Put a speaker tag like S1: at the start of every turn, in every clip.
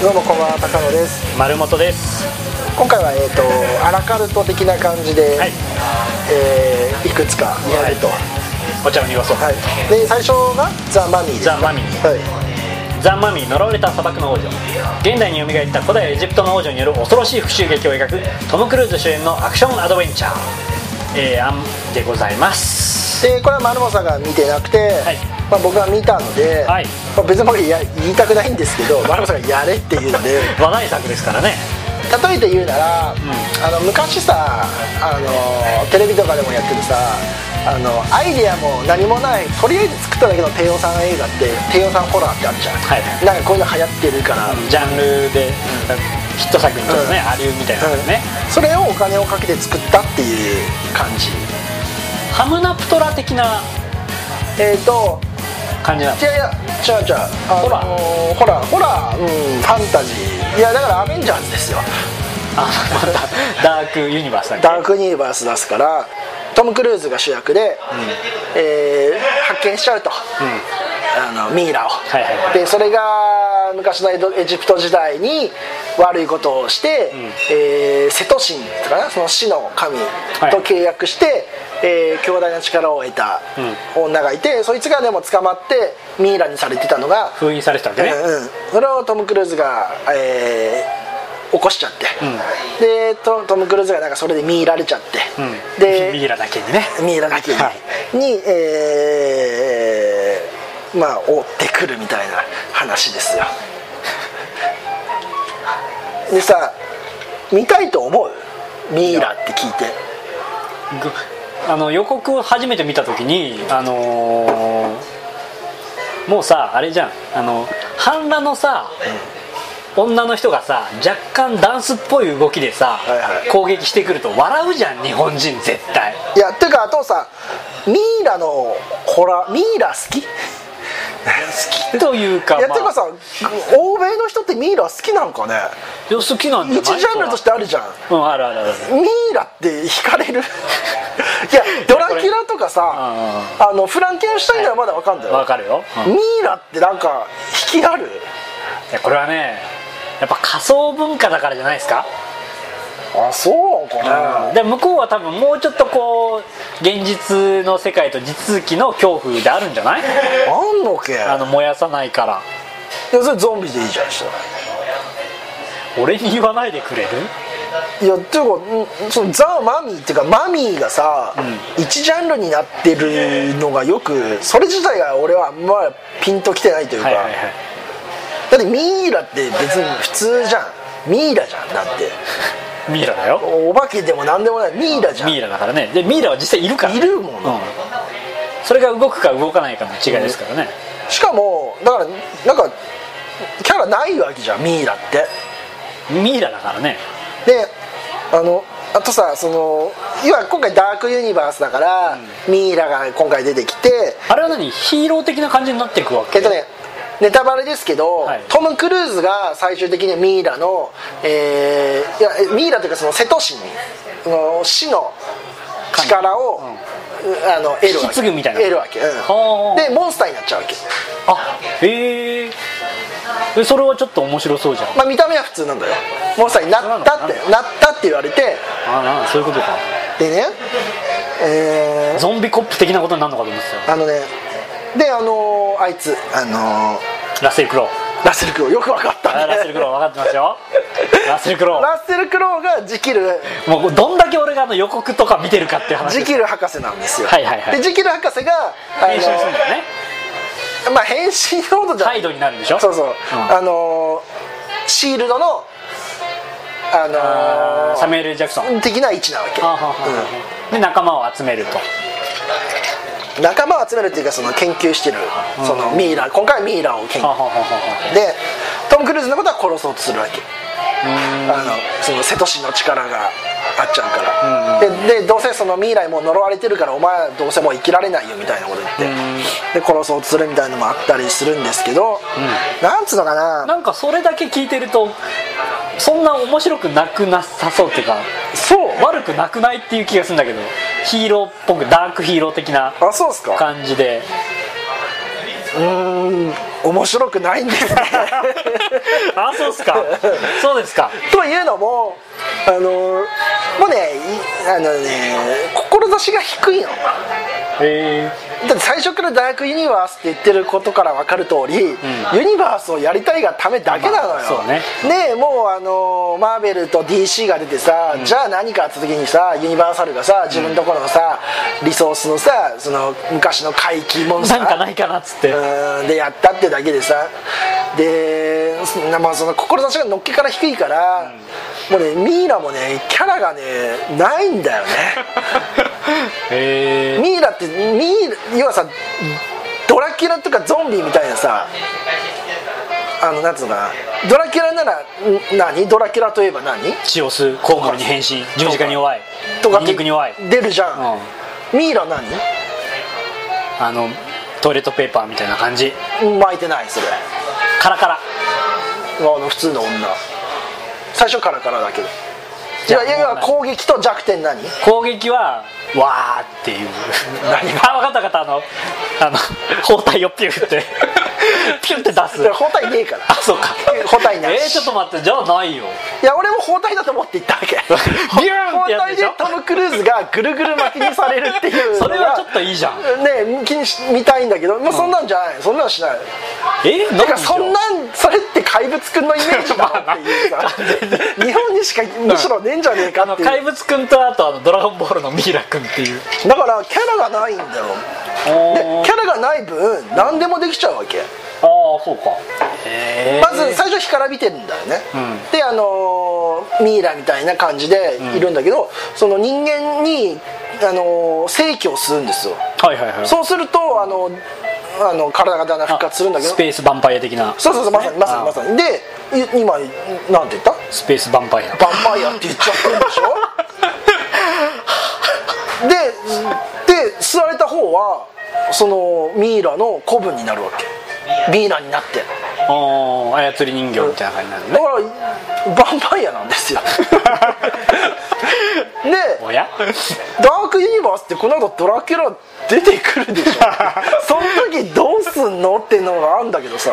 S1: どうもこんばんは高野です
S2: 丸本です
S1: 今回はえっ、とアラカルト的な感じで、
S2: はい
S1: いえーいくつかやると、は
S2: お茶を濁そう、
S1: いで最初がザ・マミーです
S2: ザ・マミー
S1: はい
S2: ザ・マミー呪われた砂漠の王女現代に蘇った古代エジプトの王女による恐ろしい復讐劇を描くトム・クルーズ主演のアクションアドベンチャー、えー、アンでございます
S1: でこれは丸本さんが見てなくて、
S2: はい
S1: まあ、僕が見たので、
S2: はい
S1: まあ、別に僕や言いたくないんですけど丸本さんがやれって言うんで
S2: 話題作ですからね
S1: 例えて言うなら、あの昔さあのテレビとかでもやってるさあのアイディアも何もないとりあえず作っただけの低予算映画って低予算ホラーってあるじゃん、
S2: はい
S1: なんかこういうの流行ってるから、うん
S2: ジャンルで、ヒット作にちょっとね、アリューみたいなのね、
S1: それをお金をかけて作ったっていう感じ
S2: ハムナプトラ的な
S1: えっ、ー、と
S2: 感じなん
S1: い
S2: です
S1: やいや違う違うあの
S2: ホラ
S1: ーホラーホラーうんファンタジーいやだからアベンジャーズですよ
S2: あまたダークユニバースだっけ
S1: ダークユニバース出すからトム・クルーズが主役で、えー発見しちゃうと、あのミイラを、
S2: いはいはい
S1: でそれが昔のエドエジプト時代に悪いことをして、えーセト神とかなその死の神と契約して、えー強大な力を得た女がいて、そいつがでも捕まってミイラにされてたのが
S2: 封印されてたわけね、
S1: うんうん、それをトム・クルーズが、えー起こしちゃって、でトトム・クルーズがなんかそれで見入られちゃって、
S2: うん、
S1: で
S2: ミイラだけにね
S1: 見入らなきゃ、
S2: は
S1: に、えーまあ追ってくるみたいな話ですよ でさ見たいと思うミイラって聞いて
S2: ぐあの予告を初めて見た時にあのーもうさあれじゃんあの半裸のさ、女の人がさ若干ダンスっぽい動きでさ、
S1: いはい
S2: 攻撃してくると笑うじゃん日本人絶対
S1: いやっていうかあとさミイラのホラーミイラ 好き
S2: 好きというか,、
S1: いや
S2: ま
S1: てか
S2: あ、
S1: さ欧米の人ってミイラ好きなんかね
S2: 好きなんじゃ
S1: 一ジ
S2: ない
S1: ャンルとしてあるじゃん
S2: うんあるあるある
S1: ミイラって惹かれ るいやドラキュラとかさあのフランケンシュタインならまだわかんだよ、
S2: わかるよ、うんい
S1: ミイラってなんか引きある
S2: やこれはねやっぱ仮想文化だからじゃないですか
S1: あそうかね
S2: で向こうは多分もうちょっとこう現実の世界と地続きの恐怖であるんじゃない
S1: あんのけい
S2: あ
S1: や
S2: の燃やさないから
S1: それゾンビでいいじゃんしたら
S2: 俺に言わないでくれる
S1: いやっていうかんそのザ・マミーっていうかマミーがさ、一ジャンルになってるのがよくそれ自体が俺はあんまピンときてないというか、
S2: はいはいはい
S1: だってミイラって別に普通じゃんミイラじゃんだって
S2: ミイラだよ
S1: お化けでも何でもないミイラじゃん
S2: ミイラだからねでミイラは実際いるから
S1: いるもん
S2: うんそれが動くか動かないかの違いですからね、
S1: しかもだからなんかキャラないわけじゃんミイラって
S2: ミイラだからね
S1: であのあとさその要は今回ダークユニバースだから、ミイラが今回出てきて
S2: あれは何ヒーロー的な感じになっていくわけ
S1: えっとねネタバレですけど、
S2: はい
S1: トム・クルーズが最終的にはミイラの、えーいやえミイラというかその瀬戸市にその死の力を、うあの得るわけ
S2: 引き継ぐみたいな
S1: 得るわけ、うん
S2: ほう
S1: でモンスターになっちゃうわけ
S2: あへええそれはちょっと面白そうじゃん
S1: まあ見た目は普通なんだよモンスターになったってなったって言われて
S2: あああそういうことか
S1: でねえー
S2: ゾンビコップ的なことになるのかと思ってたよ
S1: あのねであのーあいつあの
S2: ラッセ ルクロウ
S1: ーラッセルクロウよくわかったね
S2: あラッセルクロウ分かってますよラッセルクロ
S1: ラッセルクロウがジキル
S2: ウもうどんだけ俺があの予告とか見てるかっていう話
S1: ジ
S2: です
S1: キル博士なんですよ
S2: はいはいはい
S1: でジキル博士があ
S2: 変身するんだよね
S1: のまあ変身のことじゃ
S2: 態度になるんでしょ
S1: そうそう、
S2: ん
S1: あのーシールドのあの
S2: あー
S1: ー
S2: サミュエル・ジャクソン
S1: 的な位置なわけ
S2: はあはあはあで仲間を集めると
S1: 仲間を集めるっていうかその研究してるそのミイラ今回はミイラを研
S2: はあ
S1: 究
S2: はあはあは
S1: でトム・クルーズのことは殺そうとするわけあのその瀬戸市の力があっちゃうから、ででどうせそのミイラにもう呪われてるからお前はどうせもう生きられないよみたいなこと言って、で殺そうとするみたいなのもあったりするんですけど、なんつうのかな
S2: あなんかそれだけ聞いてるとそんな面白くなくなさそうっていうか
S1: そう
S2: 悪くなくないっていう気がするんだけどヒーローっぽくダークヒーロー的な
S1: あそうっすか
S2: 感じで
S1: うーん面白くないんですね
S2: あそうっすか そうですか
S1: というのもあのもうねいあのね志が低いの
S2: へ
S1: だって最初から大学ユニバースって言ってることから分かる通り、ユニバースをやりたいがためだけなのよ、
S2: まあそうね
S1: でもうあのーマーベルと DC が出てさ、じゃあ何かって時にさユニバーサルがさ自分のところのさ、リソースのさその昔の怪奇モン
S2: え
S1: スター
S2: なんかないかなっつって
S1: うんでやったってだけでさでそんなまあその志がのっけから低いから、もうねミイラもねキャラがねないん だよね
S2: へえ
S1: ミイラってミイ要はさドラキュラとかゾンビみたいなさあのなんつうのかなドラキュラならん何ドラキュラといえば何
S2: 血を吸うコウモリに変身十字架に弱い
S1: とか
S2: ニンニクに弱い
S1: 出るじゃん、ミイラ何
S2: あのトイレットペーパーみたいな感じ
S1: 巻いてないそれ
S2: カラカラ
S1: あの普通の女最初からからだけどい
S2: じ
S1: や
S2: ゃあ
S1: いやいや攻撃と弱点何
S2: 攻撃はわーっていう
S1: 何
S2: あ分かった分かったあのあの包帯をピュ ーってピュンって出す
S1: いや包帯ねえから
S2: あそうか
S1: 包帯なし
S2: えー、ちょっと待ってじゃあないよ
S1: いや俺も包帯だと思って行ったわけ
S2: ビューンってやつでしょ
S1: 包帯でトム・クルーズがぐるぐる巻きにされるっていうのが
S2: それはちょっといいじゃん
S1: ね気にし見たいんだけど、まあ、そんなんじゃない、そんなんしない
S2: えー、
S1: て
S2: な
S1: かそんなんそれって怪物くんのイメー ジだろっていうさ日本にしかむしろねえんじゃねえ
S2: あ
S1: かっ
S2: の
S1: ていう
S2: 怪物くんとあとあのドラゴンボールのミイラくんっていう
S1: だからキャラがないんだよでキャラがない分何でもできちゃうわけ
S2: ああそうかへえ
S1: まず最初日から見てるんだよね、
S2: うん
S1: であのーミイラみたいな感じでいるんだけど、その人間にあのー正気をするんですよ
S2: はいはいはい
S1: そうするとあのあの体がだんだん復活するんだけど
S2: スペースヴァンパイア的な
S1: そうそうそうまさにまさにまさにでい今なんて言った
S2: スペースヴァンパイア
S1: バンパイアって言っちゃってるん でしょでで吸われた方はそのミイラの子分になるわけミイラになって
S2: おー操り人形みたいな感じなん
S1: だ
S2: だね
S1: からヴァンパイアなん ですよで
S2: おや
S1: ダークユニバースってこの後ドラキュラ出てくるでしょその時どうすんのってのがあるんだけどさ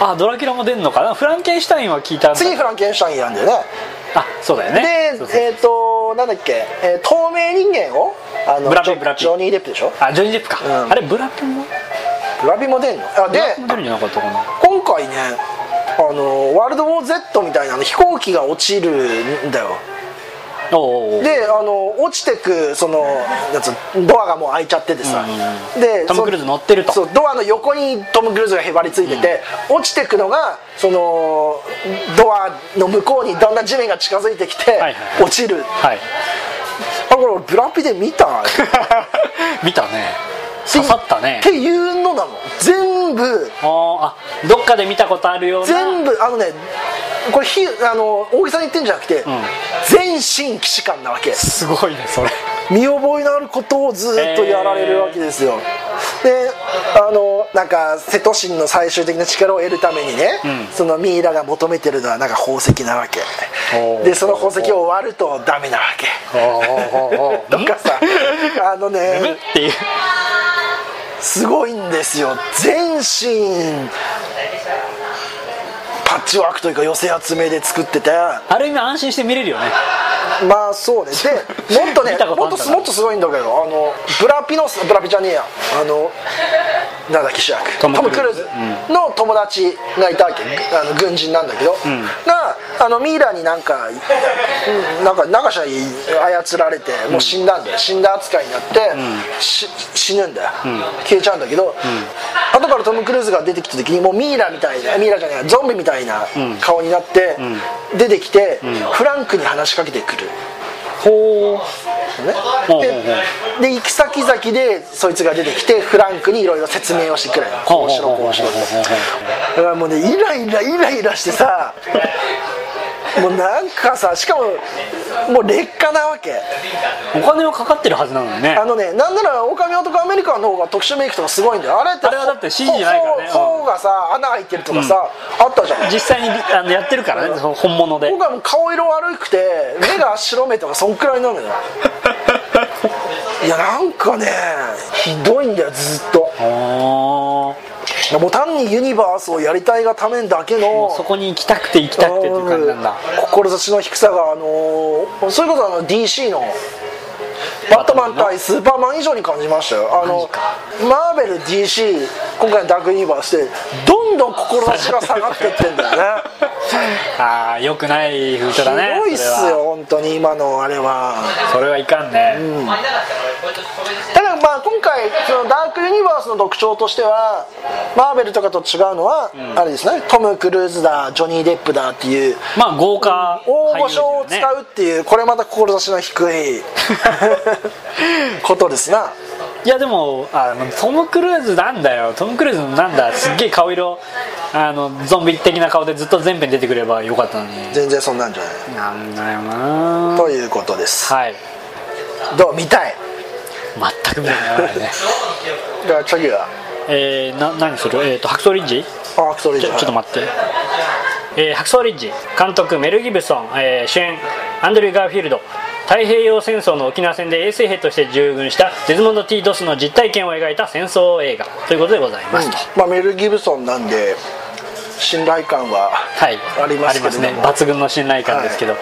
S2: あドラキュラも出んのかなフランケンシュタインは聞いたんだ
S1: 次フランケンシュタインやんだよね
S2: あそうだよ
S1: で
S2: ねそうそうそう
S1: えっ、となんだっけ、えー透明人間をあの
S2: ブラピ
S1: ジョ
S2: ブラピ
S1: ジョニー・デップでしょ
S2: あジョニー・デップか、
S1: うん
S2: あれブラピも
S1: ブラピも出んのあ
S2: ブ
S1: で
S2: ラピも出るんじゃなかったかな
S1: 今回ねあのワールド・ウォー Z みたいなあの飛行機が落ちるんだよ
S2: おうおうおう
S1: であの落ちてくそのやつドアがもう開いちゃっててさ、
S2: う
S1: で
S2: トム・クルーズ乗ってると
S1: そそうドアの横にトム・クルーズがへばりついてて、落ちてくのがそのドアの向こうにだんだん地面が近づいてきて、
S2: はいはい
S1: 落ちる
S2: はい
S1: あこれブラピで見た
S2: 見たね刺さったね
S1: っていうのなの全部
S2: おーあどっかで見たことあるような
S1: 全部あのねこれひあの大げさに言ってんじゃなくて、
S2: ん
S1: 全身騎士官なわけ
S2: すごいねそれ
S1: 見覚えのあることをずっとやられるわけですよ、であのなんか瀬戸神の最終的な力を得るためにね、
S2: うん
S1: そのミイラが求めてるのはなんか宝石なわけ
S2: おー
S1: でその宝石を割るとダメなわけ
S2: おおおお
S1: とかさあの
S2: むっ
S1: ね
S2: ていう
S1: すごいんですよ全身パッチワークというか寄せ集めで作ってて
S2: ある意味安心して見れるよね
S1: まあそうねでもっとね
S2: 見たこと
S1: も
S2: あ
S1: っ
S2: んだな
S1: とすもっとすごいんだけどあのブラピのブラピじゃねえやあのなんだっけ主役
S2: トムクルーズ
S1: トムクルーズの友達がいたわけあの軍人なんだけど、
S2: ん
S1: があのミイラになんかうんなんか長者に操られてもう死んだんだよ、死んだ扱いになって、し死ぬんだよ、消えちゃうんだけど、後からトム・クルーズが出てきた時にもうミイラみたいなミイラじゃないゾンビみたいな顔になって、出てきて、フランクに話しかけてくる。
S2: ほう
S1: ね
S2: ほうほうほう
S1: でで行く先々でそいつが出てきてフランクにいろいろ説明をしてくれるこうしろこうしろってだからもうねイライライライラしてさもうなんかさしかももう劣化なわけ
S2: お金はかかってるはずなのにね
S1: あのねなんならオオカミ男アメリカンの方が特殊メイクとかすごいんだよあれって
S2: あれはだって CG じゃないからね
S1: ほほ頬がさ穴開いてるとかさ、あったじゃん
S2: 実際にあのやってるからねその本物で
S1: 僕はもう顔色悪くて目が白目とかそんくらいなのよ いやなんかねひどいんだよずっと
S2: おー
S1: もう単にユニバースをやりたいがためだけの
S2: もうそこに行きたくて行きたくてっていう感じなんだ
S1: うん志の低さがあのーそれこそあの DC のバットマン対スーパーマン以上に感じましたよあの
S2: マジか
S1: マーベル DC 今回のダークユニバースでどんどん志が下がってってんだよね
S2: ああよくない風潮だね
S1: ひどいっす
S2: それ
S1: よ
S2: は
S1: 本当に今のあれは
S2: それはいかんね、
S1: ただまあ今回そのダークユニバースの特徴としてはマーベルとかと違うのは、あれですねトム・クルーズだジョニー・デップだっていう
S2: まあ豪華
S1: 大
S2: 俳優
S1: 御
S2: 陣
S1: 所を
S2: よ
S1: 使
S2: ね
S1: うっていうこれまた志の低 いことですない
S2: やでもあトム・クルーズなんだよトム・クルーズなんだすっげえ顔色あのゾンビ的な顔でずっと全編出てくればよかったのに
S1: 全然そんなんじゃない
S2: なんだよな
S1: ということです
S2: はい
S1: どう見たい
S2: 全く見えないね
S1: じゃあ次は
S2: えー、な何するえっ、と白鳥リッジ
S1: あクソリ
S2: ちょちょっと待って、えー白装リッジ監督メル・ギブソン、えー主演アンドリュー・ガーフィールド太平洋戦争の沖縄戦で衛生兵として従軍したデズモンド・ T ・ドスの実体験を描いた戦争映画ということでございますと、
S1: まあ、メル・ギブソンなんで信頼感は
S2: はい
S1: ありますけれども
S2: ね抜群の信頼感ですけど、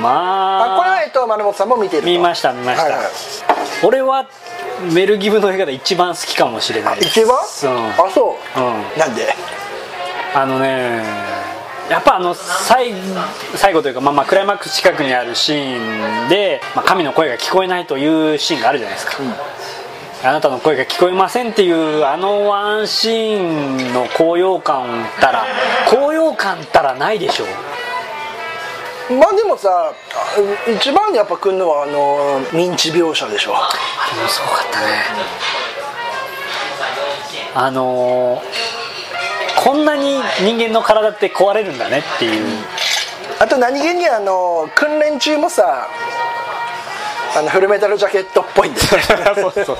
S2: まあ
S1: あこれはえっと丸本さんも見てると
S2: 見ました見ました
S1: はいはい
S2: 俺はメル・ギブの映画で一番好きかもしれないです
S1: 一番
S2: うん
S1: あそう、
S2: う
S1: なんで
S2: あのねやっぱあの最最後というか、まあ、まあクライマックス近くにあるシーンで、まあ、神の声が聞こえないというシーンがあるじゃないですか、あなたの声が聞こえませんっていうあのワンシーンの高揚感ったら高揚感ったらないでしょう
S1: まあでもさ一番やっぱ来るのはあの認知描写でしょ
S2: あれもすごかったねあのーこんなに人間の体って壊れるんだねっていう、
S1: あと何気にあの訓練中もさあのフルメタルジャケットっぽいんですよ
S2: そうそう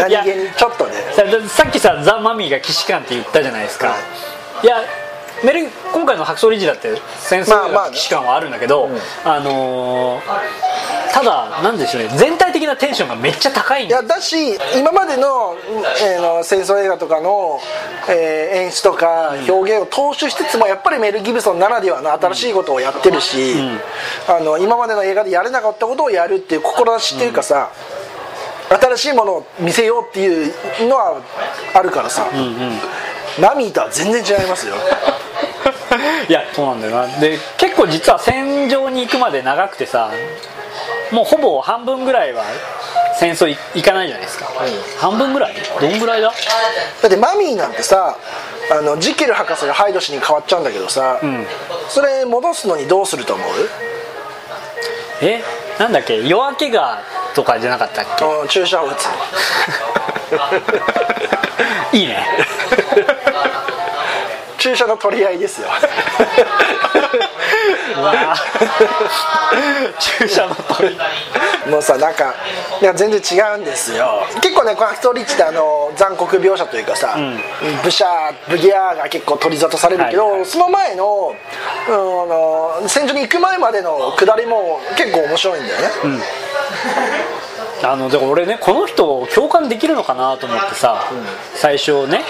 S1: 何
S2: いや
S1: 気にちょっとね
S2: さださっきさザ・マミーが既視感って言ったじゃないですか、い、やメル今回の「白鳥理事」だって戦
S1: まあ
S2: 争
S1: まあ
S2: の既視感はあるんだけど、あのーただなんでしょうね全体的なテンションがめっちゃ高いん
S1: いやだし今までの,、えーの戦争映画とかの、えー演出とか表現を踏襲しつつもやっぱりメル・ギブソンならではの新しいことをやってるし、あの今までの映画でやれなかったことをやるっていう志っていうかさ、新しいものを見せようっていうのはあるからさ、ナミーとは全然違いますよ
S2: いやそうなんだよなで結構実は戦場に行くまで長くてさもうほぼ半分ぐらいは戦争い行かないじゃないですか、半分ぐらいどんぐらいだ
S1: だってマミーなんてさあのジキル博士がハイド氏に変わっちゃうんだけどさ、
S2: ん
S1: それ戻すのにどうすると思う
S2: えなんだっけ夜明けがとかじゃなかったっけ
S1: うん注射を打つ
S2: いいね
S1: 注射の取り合いですよ
S2: わあ 注射の鳥
S1: もうさなんかいや全然違うんですよ結構ねこのアクトリッチってあの残酷描写というかさ、ブシャーブギャーが結構取り沙汰されるけど、
S2: はいはい
S1: その前の,、うん、あの戦場に行く前までの下りも結構面白いんだよね、
S2: あのでも俺ねこの人共感できるのかなと思ってさ、最初ね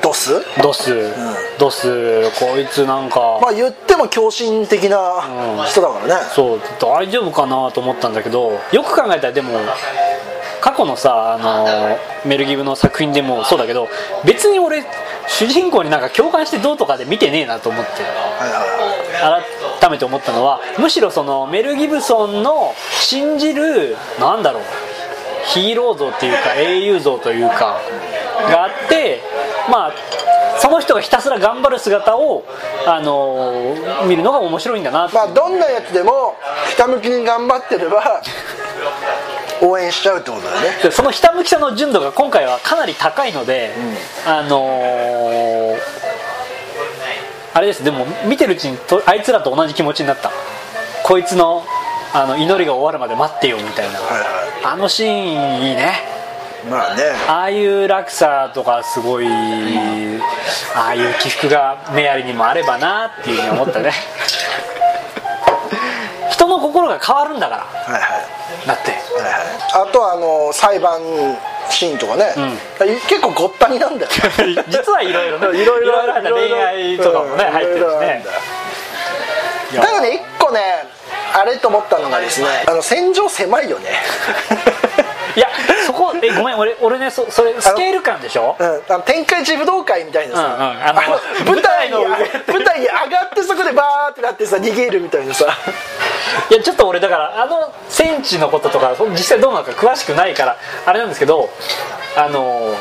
S1: ドス
S2: ドス、ドスこいつなんか、
S1: まあ言っても狂信的な人だからね、
S2: そう大丈夫かなと思ったんだけどよく考えたらでも過去のさあのメルギブの作品でもそうだけど別に俺主人公になんか共感してどうとかで見てねえなと思って
S1: はいはいはい
S2: 改めて思ったのはむしろそのメル・ギブソンの信じるなんだろうヒーロー像っていうか英雄像というかがあってまあその人がひたすら頑張る姿を、あの見るのが面白いんだなって
S1: まあどんなやつでもひたむきに頑張ってれば応援しちゃうってことだよね
S2: でそのひたむきさの純度が今回はかなり高いので、あのーあれですでも見てるうちにとあいつらと同じ気持ちになったこいつのあの祈りが終わるまで待ってよみたいな、
S1: はいは
S2: あのシーンいいね
S1: いまあね
S2: ああいう落差とかすごいああいう起伏がメアリにもあればなっていうふうに思ったねひ人の心が変わるんだから
S1: はいはい
S2: だって
S1: はいはいあとはあの裁判シーンとかね、結構ごったになんだよ
S2: 実はいろいろね
S1: いろいろ
S2: あった恋愛とかもね
S1: うん
S2: 入ってるしね
S1: いろいろあるんだただね一個ねあれと思ったのがですねあの戦場狭いよね
S2: いやそこえごめん俺俺ねそそれスケール感でしょ
S1: うん、あの天下一武道会みたいなさ、
S2: うんうんあの
S1: 舞台に
S2: 舞台の上
S1: 舞台に上がってそこでバーってなってさ逃げるみたいなさ
S2: いやちょっと俺だからあの戦地のこととか実際どうなのか詳しくないからあれなんですけどあの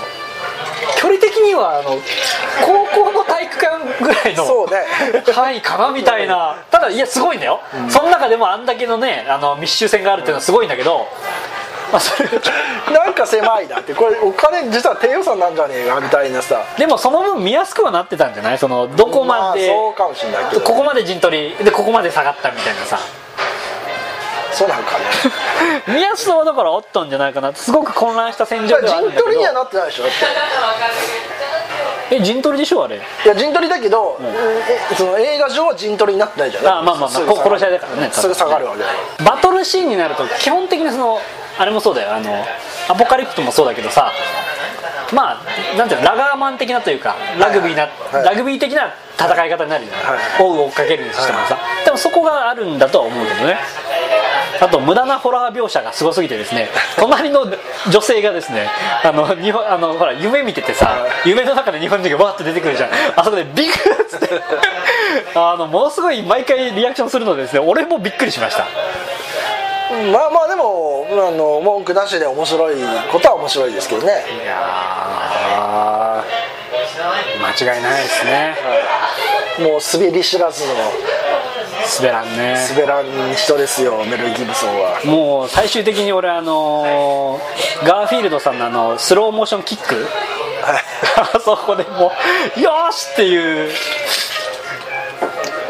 S2: 距離的にはあの高校の体育館ぐらいの
S1: そうね
S2: 範囲かなみたいなただいやすごいんだよ、その中でもあんだけのねあの密集戦があるっていうのはすごいんだけど、まあ、それ
S1: なんか狭いなってこれお金実は低予算なんじゃねえかみたいなさ
S2: でもその分見やすくはなってたんじゃないそのどこまで、
S1: あそうかもしれないけど
S2: ここまで陣取りでここまで下がったみたいなさ
S1: そうなのかね
S2: 見やすさはだからあったんじゃないかなすごく混乱した戦
S1: じゃ
S2: 場ではあ
S1: あ
S2: るん
S1: 陣
S2: だけ
S1: 取り
S2: ど
S1: にはなってないでしょだって
S2: え陣取りでしょあれ
S1: いや陣取りだけど、えその映画上は陣取りになってないじゃん
S2: あまあまあまあ
S1: すぐ下がる
S2: 殺し合いだからね
S1: すぐ下がるわけだか
S2: バトルシーンになると基本的にそのあれもそうだよあのアポカリプトもそうだけどさまあなんていうのラガーマン的なというかラグビーな、
S1: はい
S2: ラグビー的な戦い方になるじゃない、
S1: はい
S2: 追う追っかけるにしてもさ、でもそこがあるんだとは思うけどねあと無駄なホラー描写がすごすぎてですね 隣の女性がですねあの日本あのほら夢見ててさ夢の中で日本人がわーって出てくるじゃんあそこでビクッつって あのものすごい毎回リアクションするのでですね俺もびっくりしました
S1: らまあまあでもあの文句なしで面白いことは面白いですけどね
S2: いやー間違いないですね
S1: もう滑り知らずの
S2: 滑らんね
S1: 滑らん人ですよメル・ギブソンは
S2: もう最終的に俺あのーガーフィールドさんのあのスローモーションキック
S1: はい
S2: あ そこでもうよーしっていう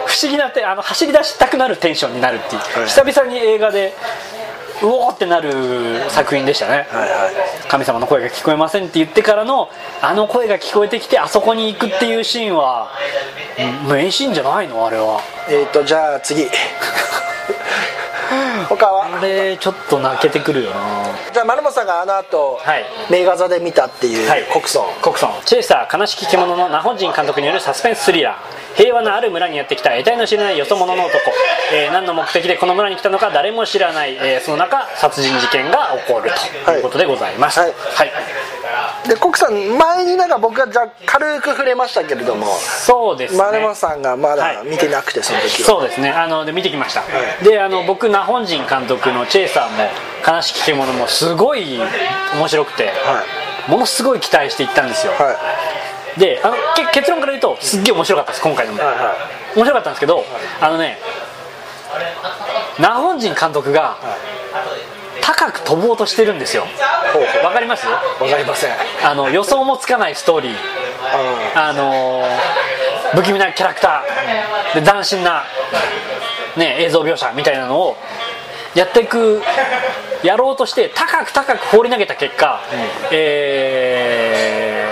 S2: 不思議なてあの走り出したくなるテンションになるっていう
S1: はい
S2: 久々に映画でうおーってなる作品でしたね
S1: はいはい
S2: 神様の声が聞こえませんって言ってからのあの声が聞こえてきてあそこに行くっていうシーンはうん名シーンじゃないのあれは
S1: えっ、ー、とじゃあ 次他
S2: あ
S1: は
S2: れちょっと泣けてくるよな
S1: じゃあ丸本さんがあの後、
S2: はい
S1: 名画座で見たっていう国葬、
S2: コクソンチェイサー悲しき獣のナホ人監督によるサスペンススリラー平和なある村にやってきた得体の知れないよそ者の男、えー何の目的でこの村に来たのか誰も知らない、えーその中殺人事件が起こるということでございます
S1: はい
S2: はい、
S1: で国さん前になんか僕がじゃ軽く触れましたけれども
S2: そうですね
S1: 丸本さんがまだ
S2: はい
S1: 見てなくてその時は、
S2: そうですねあので見てきました、
S1: い
S2: であの僕ナホン人監督のチェイサーも「悲しき獣」もすごい面白くて、ものすごい期待していったんですよ、
S1: はい
S2: であのけ結論から言うとすっげえ面白かったです今回のも、
S1: はいは
S2: 面白かったんですけど、あのねナホン人監督が高く飛ぼうとしてるんですよ
S1: ほうほ
S2: わかります
S1: うわかりません
S2: あの予想もつかないストーリー
S1: あ
S2: あのー不気味なキャラクターで斬新な、ね、映像描写みたいなのをやっていくやろうとして高く高く放り投げた結果、えー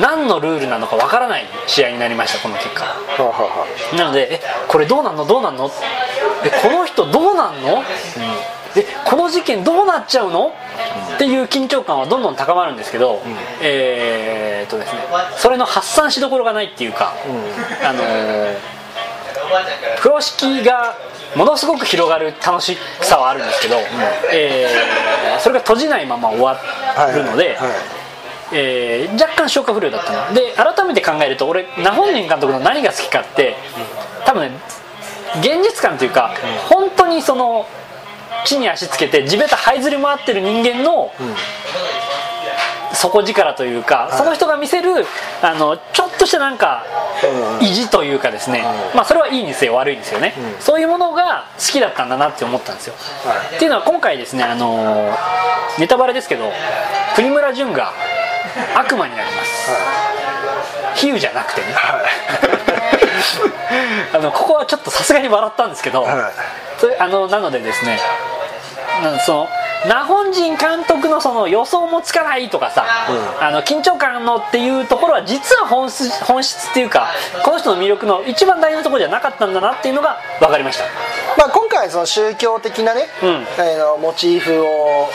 S2: 何のルールなのかわからない試合になりましたこの結果
S1: ーはあはあは
S2: なのでえこれどうなんのどうなんのえこの人どうなんの、えこの事件どうなっちゃうの、っていう緊張感はどんどん高まるんですけど、えーっとですねそれの発散しどころがないっていうか、あのー風呂敷がものすごく広がる楽しさはあるんですけど、えーそれが閉じないまま終わるので、
S1: はいはい
S2: えー若干消化不良だったので改めて考えると俺ナホン人監督の何が好きかって多分ね現実感というか本当にその地に足つけて地べた這いずり回ってる人間の底力というかその人が見せるあのちょっとしたなんか
S1: うん
S2: 意地というかですねまあそれはいいにせよ悪いにせよねそういうものが好きだったんだなって思ったんですよ
S1: はい
S2: っていうのは今回ですねあのーネタバレですけど国村淳が悪魔になります比喩じゃなくてねあのここはちょっとさすがに笑ったんですけど、
S1: はい
S2: それあのなのでですねなそのナホンジン監督のその予想もつかないとかさ、
S1: うん
S2: あの緊張感のっていうところは実は本質本質っていうかこの人の魅力の一番大事なところじゃなかったんだなっていうのが分かりました
S1: まあ、今回その宗教的なね、
S2: うん
S1: あのモチーフを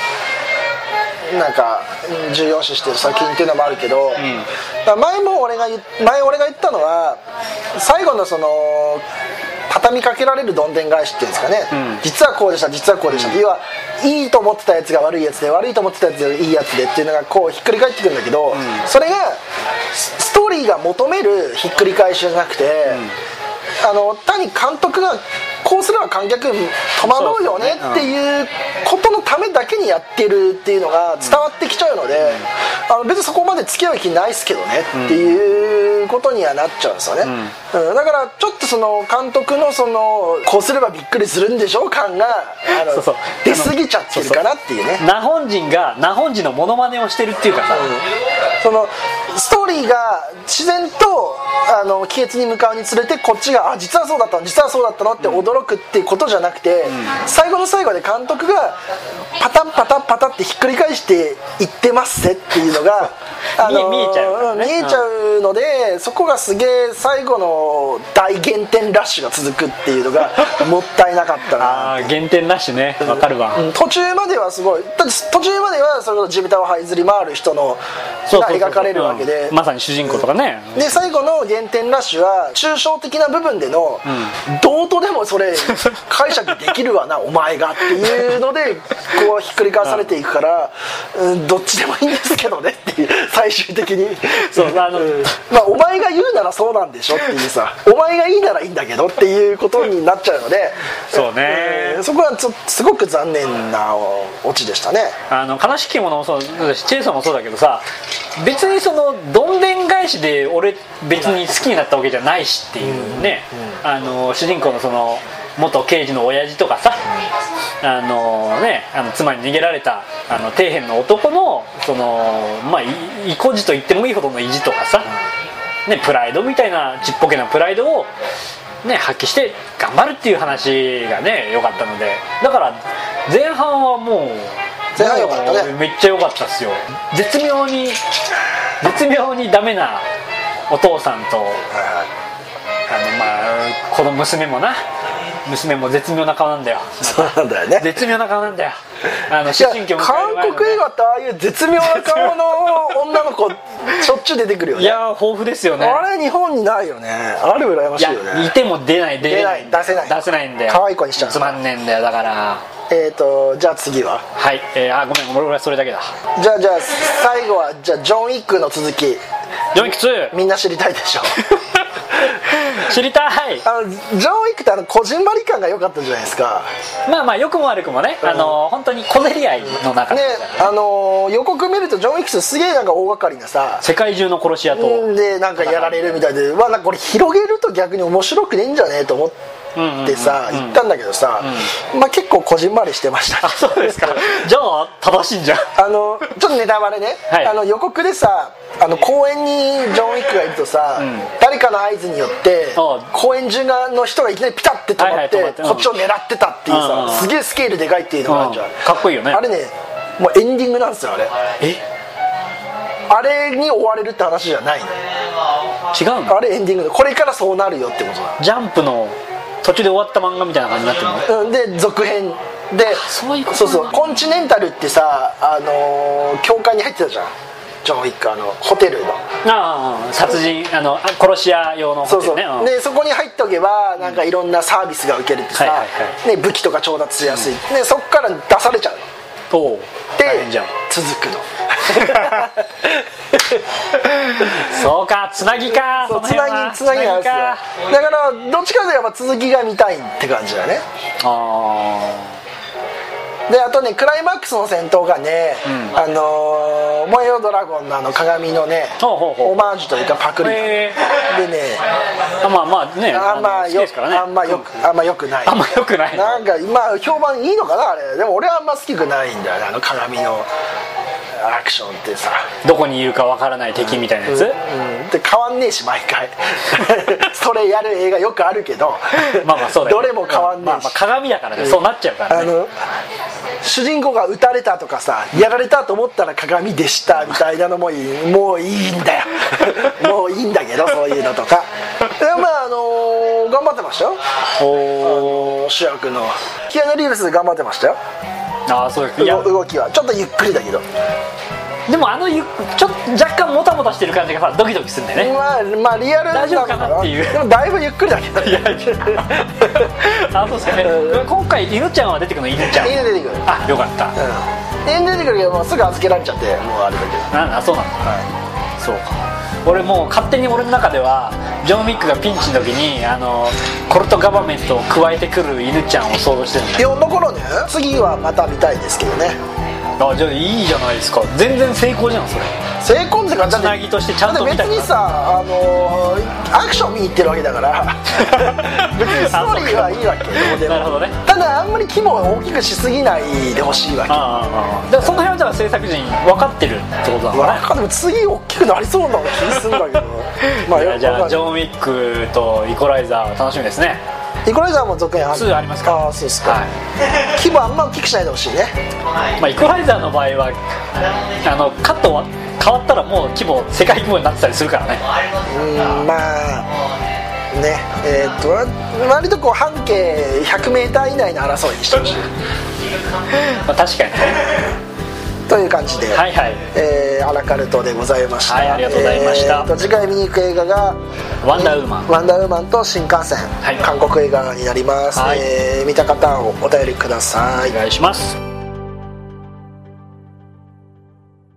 S1: なんかうん重要視してる作品っていうのもあるけど、だから前も俺が言っ前俺が言ったのは最後のその畳みかけられるどんでん返しっていうんですかね、
S2: ん
S1: 実はこうでした実はこうでした、要はいいと思ってたやつが悪いやつで悪いと思ってたやつがいいやつでっていうのがこうひっくり返ってくるんだけど、それがスストーリーが求めるひっくり返しじゃなくて、あの単に監督がこうすれば観客戸惑うよねっていうことのためだけにやってるっていうのが伝わってきちゃうので、あの別にそこまで付き合う気ないっすけどねっていうことにはなっちゃうんですよね、うんだからちょっとその監督のそのこうすればびっくりするんでしょう感があの
S2: そうそう
S1: 出過ぎちゃってるかなっていうね
S2: ナホンジンがナホンジンのモノマネをしてるっていうかさ、
S1: そのストーリーが自然とあの亀裂に向かうにつれてこっちがあ実はそうだったの実はそうだったのって驚くってことじゃなくて、最後の最後で監督がパタンパタンパタンってひっくり返していってますぜっていうのが
S2: 見え見えちゃうからね
S1: ん見えちゃうので、そこがすげえ最後の大減点ラッシュが続くっていうの がもったいなかったな
S2: ああ減点ラッシュね分かるわ、
S1: うん途中まではすごいだって途中まではそれこそ地べたを這いずり回る人の
S2: そう
S1: が
S2: そうそうそう
S1: 描かれるわけで、
S2: うんまさに主人公とかね、
S1: で最後の原点ラッシュは抽象的な部分での、どうとでもそ れ解釈できるわなお前がっていうのでこうひっくり返されていくから、うん、どっちでもいいんですけどねっていう最終的に
S2: そうあの
S1: んまあ、お前が言うならそうなんでしょっていうさお前がいいならいいんだけどっていうことになっちゃうので
S2: そうね
S1: うんそこはちょすごく残念なオチでしたね
S2: あの悲しきものもそうだしチェイソンもそうだけどさ別にそのどんでん返しで俺別に好きになったわけじゃないしっていうね、あの主人公のその元刑事の親父とかさ、あのねあの妻に逃げられたあの底辺の男のそのまあいいこじと言ってもいいほどの意地とかさ、ね、プライドみたいなちっぽけなプライドを、ね、発揮して頑張るっていう話がね良かったのでだから前半はもう
S1: 前半良かったね
S2: もうめっちゃ良かったっすよ絶妙に絶妙にダメなお父さんとあのまあこの娘もな娘も絶妙な顔なんだよ
S1: そうなんだよね
S2: 絶妙な顔なんだよあの
S1: いや
S2: 思春期を迎える前の
S1: 韓
S2: ね
S1: 国映画ってああいう絶妙な顔の女の子しょっちゅう出てくるよ
S2: い
S1: ね
S2: や豊富ですよね
S1: あれ日本にないよねあれ羨ま
S2: い
S1: しいよ
S2: やい
S1: ね
S2: ても出ない出
S1: 出ない出せない
S2: 出せないんだよ
S1: 可愛い子にしちゃう
S2: つまんねえんだよだから
S1: えっ、とじゃあ次は
S2: はい、えーあごめん俺はそれだけだ
S1: じゃあじゃあ最後はじゃあジョン・ウィックの続き
S2: ジョンキ2
S1: みんな知りたいで しょ
S2: 知りたい
S1: あのジョン・ウィックってあのこじんまり感が良かったじゃないですか
S2: まあまあ良くも悪くもね、あの本当に小競り合いの中
S1: ね
S2: で、
S1: あのー予告見るとジョン・ウィックスすげえなんか大掛かりなさ
S2: 世界中の殺し屋と、うん
S1: でなんかやられるみたいで、まあ、なんかこれ広げると逆に面白くねえんじゃねえと思ってさ、言ったんだけどさ、まあ、結構こじんまりしてました
S2: あそうですかじゃあ正しいんじゃん
S1: あのちょっとネタバレね、
S2: はい
S1: あの予告でさあの公園にジョン・ウィックがいるとさ、誰かの合図によって
S2: あ
S1: 公園中の人がいきなりピタッて止まって,、
S2: はいはい止まってうん
S1: こっちを狙ってたっていうさ、
S2: うん
S1: すげえスケールでかいっていうのがあるじゃん、
S2: うんかっこいいよね
S1: あれねもうエンディングなんですよあれ
S2: え違
S1: あれに追われるって話じゃないの
S2: うの
S1: あれエンディングでこれからそうなるよってことだ
S2: ジャンプの途中で終わった漫画みたいな感じになってるの
S1: うんで続編で
S2: そういうこと
S1: そうそうコンチネンタルってさあのー教会に入ってたじゃんジョン・ウィックあのホテルの
S2: ああ殺人あのあ殺し屋用の
S1: そ
S2: ホ
S1: う
S2: テ
S1: そう
S2: ルねうん
S1: でそこに入っておけばなんかいろんなサービスが受けれてさ、
S2: はいはいは
S1: ね、武器とか調達しやすい、でそこから出されちゃう
S2: おう
S1: で
S2: 大変じゃん
S1: 続くの
S2: そうかつなぎか
S1: そうつ
S2: その辺
S1: な
S2: は
S1: ぎつなぎなんですよ
S2: か
S1: だからどっちかというとやっぱ続きが見たいって感じだね
S2: あ
S1: であとねクライマックスの戦闘がね、
S2: ん
S1: あのー「燃えよドラゴン」のあの鏡のね
S2: ほうほうほう
S1: オマージュというかパク
S2: あ
S1: リ、
S2: え
S1: でね
S2: ーあまあまあね
S1: あん
S2: の
S1: ま
S2: 好き
S1: よ
S2: ですからね
S1: あんまよく、あんまよくない
S2: あんま良くない
S1: なんかまあ評判いいのかなあれでも俺はあんま好きくないんだよねあの鏡のアクションってさ、
S2: どこにいるかわからない敵みたいなやつ、
S1: うん、で変わんねえし毎 回それやる映画よくあるけど
S2: まあまあそうだよ
S1: どれも変わんねえし、
S2: まあまあ、鏡だからね、そうなっちゃうか
S1: あ
S2: らね
S1: の主人公が撃たれたとかさやられたと思ったら鏡でしたみたいなのもいいもういいんだよ もういいんだけどそういうのとかでまああのー頑張ってましたよ
S2: おー
S1: 主役のキアヌ・リーブス頑張ってましたよ
S2: ああそうです
S1: 動
S2: いや
S1: 動きはちょっとゆっくりだけど
S2: でもあのゆちょっと若干もたもたしてる感じがさドキドキするんだよね
S1: まあまあリアルなの
S2: 大丈夫かなっていう
S1: でもだいぶゆっくりだけど
S2: いやいや あそうですかね今回犬ちゃんは出てくるの犬ちゃん
S1: 犬出てくる
S2: あよかった
S1: うん犬出てくるけどもうすぐ預けられちゃってもうあれだけど
S2: なんだそうなんだ、そうか俺もう勝手に俺の中ではジョン・ウィックがピンチの時にあのコルトガバメントを加えてくる犬ちゃんを想像してるんだ
S1: でこの頃ね次はまた見たいですけどね
S2: あじゃあいいじゃないですか全然成功じゃんそれ
S1: 成功っていうかだっ
S2: つなぎとしてちゃんと見
S1: だ
S2: た
S1: っ
S2: い
S1: て別にさあのーアクション見に行ってるわけだから 別にストーリーはいいわけどうで
S2: なるほ
S1: も
S2: どね
S1: ただあんまり規模を大きくしすぎないでほしいわけ
S2: ああああだからその辺はじゃあ制作陣分かってるってことなの
S1: わ
S2: か
S1: かんない次大きくなりそうな気するんだけ どま
S2: な
S1: あ
S2: い
S1: よ
S2: や
S1: く
S2: じゃ
S1: わ
S2: あジ
S1: かん
S2: ョ
S1: な
S2: ン・ウィックとイコライザーは楽しみですね
S1: いイコライザーも続編ある
S2: 2ありますか
S1: あーそうっすか、
S2: はい
S1: 規模あんま大きくしないでほしいね
S2: まあ、イコライザーの場合はあのカットは変わったらもう規模世界規模になってたりするからね
S1: うんまあねえーっとわ割とこう半径 100m 以内の争いにしてほしい
S2: まあ、確かにね
S1: という感じで、
S2: はいはい
S1: えーアラカルトでございました、
S2: はいありがとうございました
S1: えーと次回見に行く映画が
S2: ワンダーウーマン
S1: ワンダーウーマンと新幹線」
S2: はい
S1: 韓国映画になります、
S2: はい
S1: えー見た方をお便りください
S2: お願いします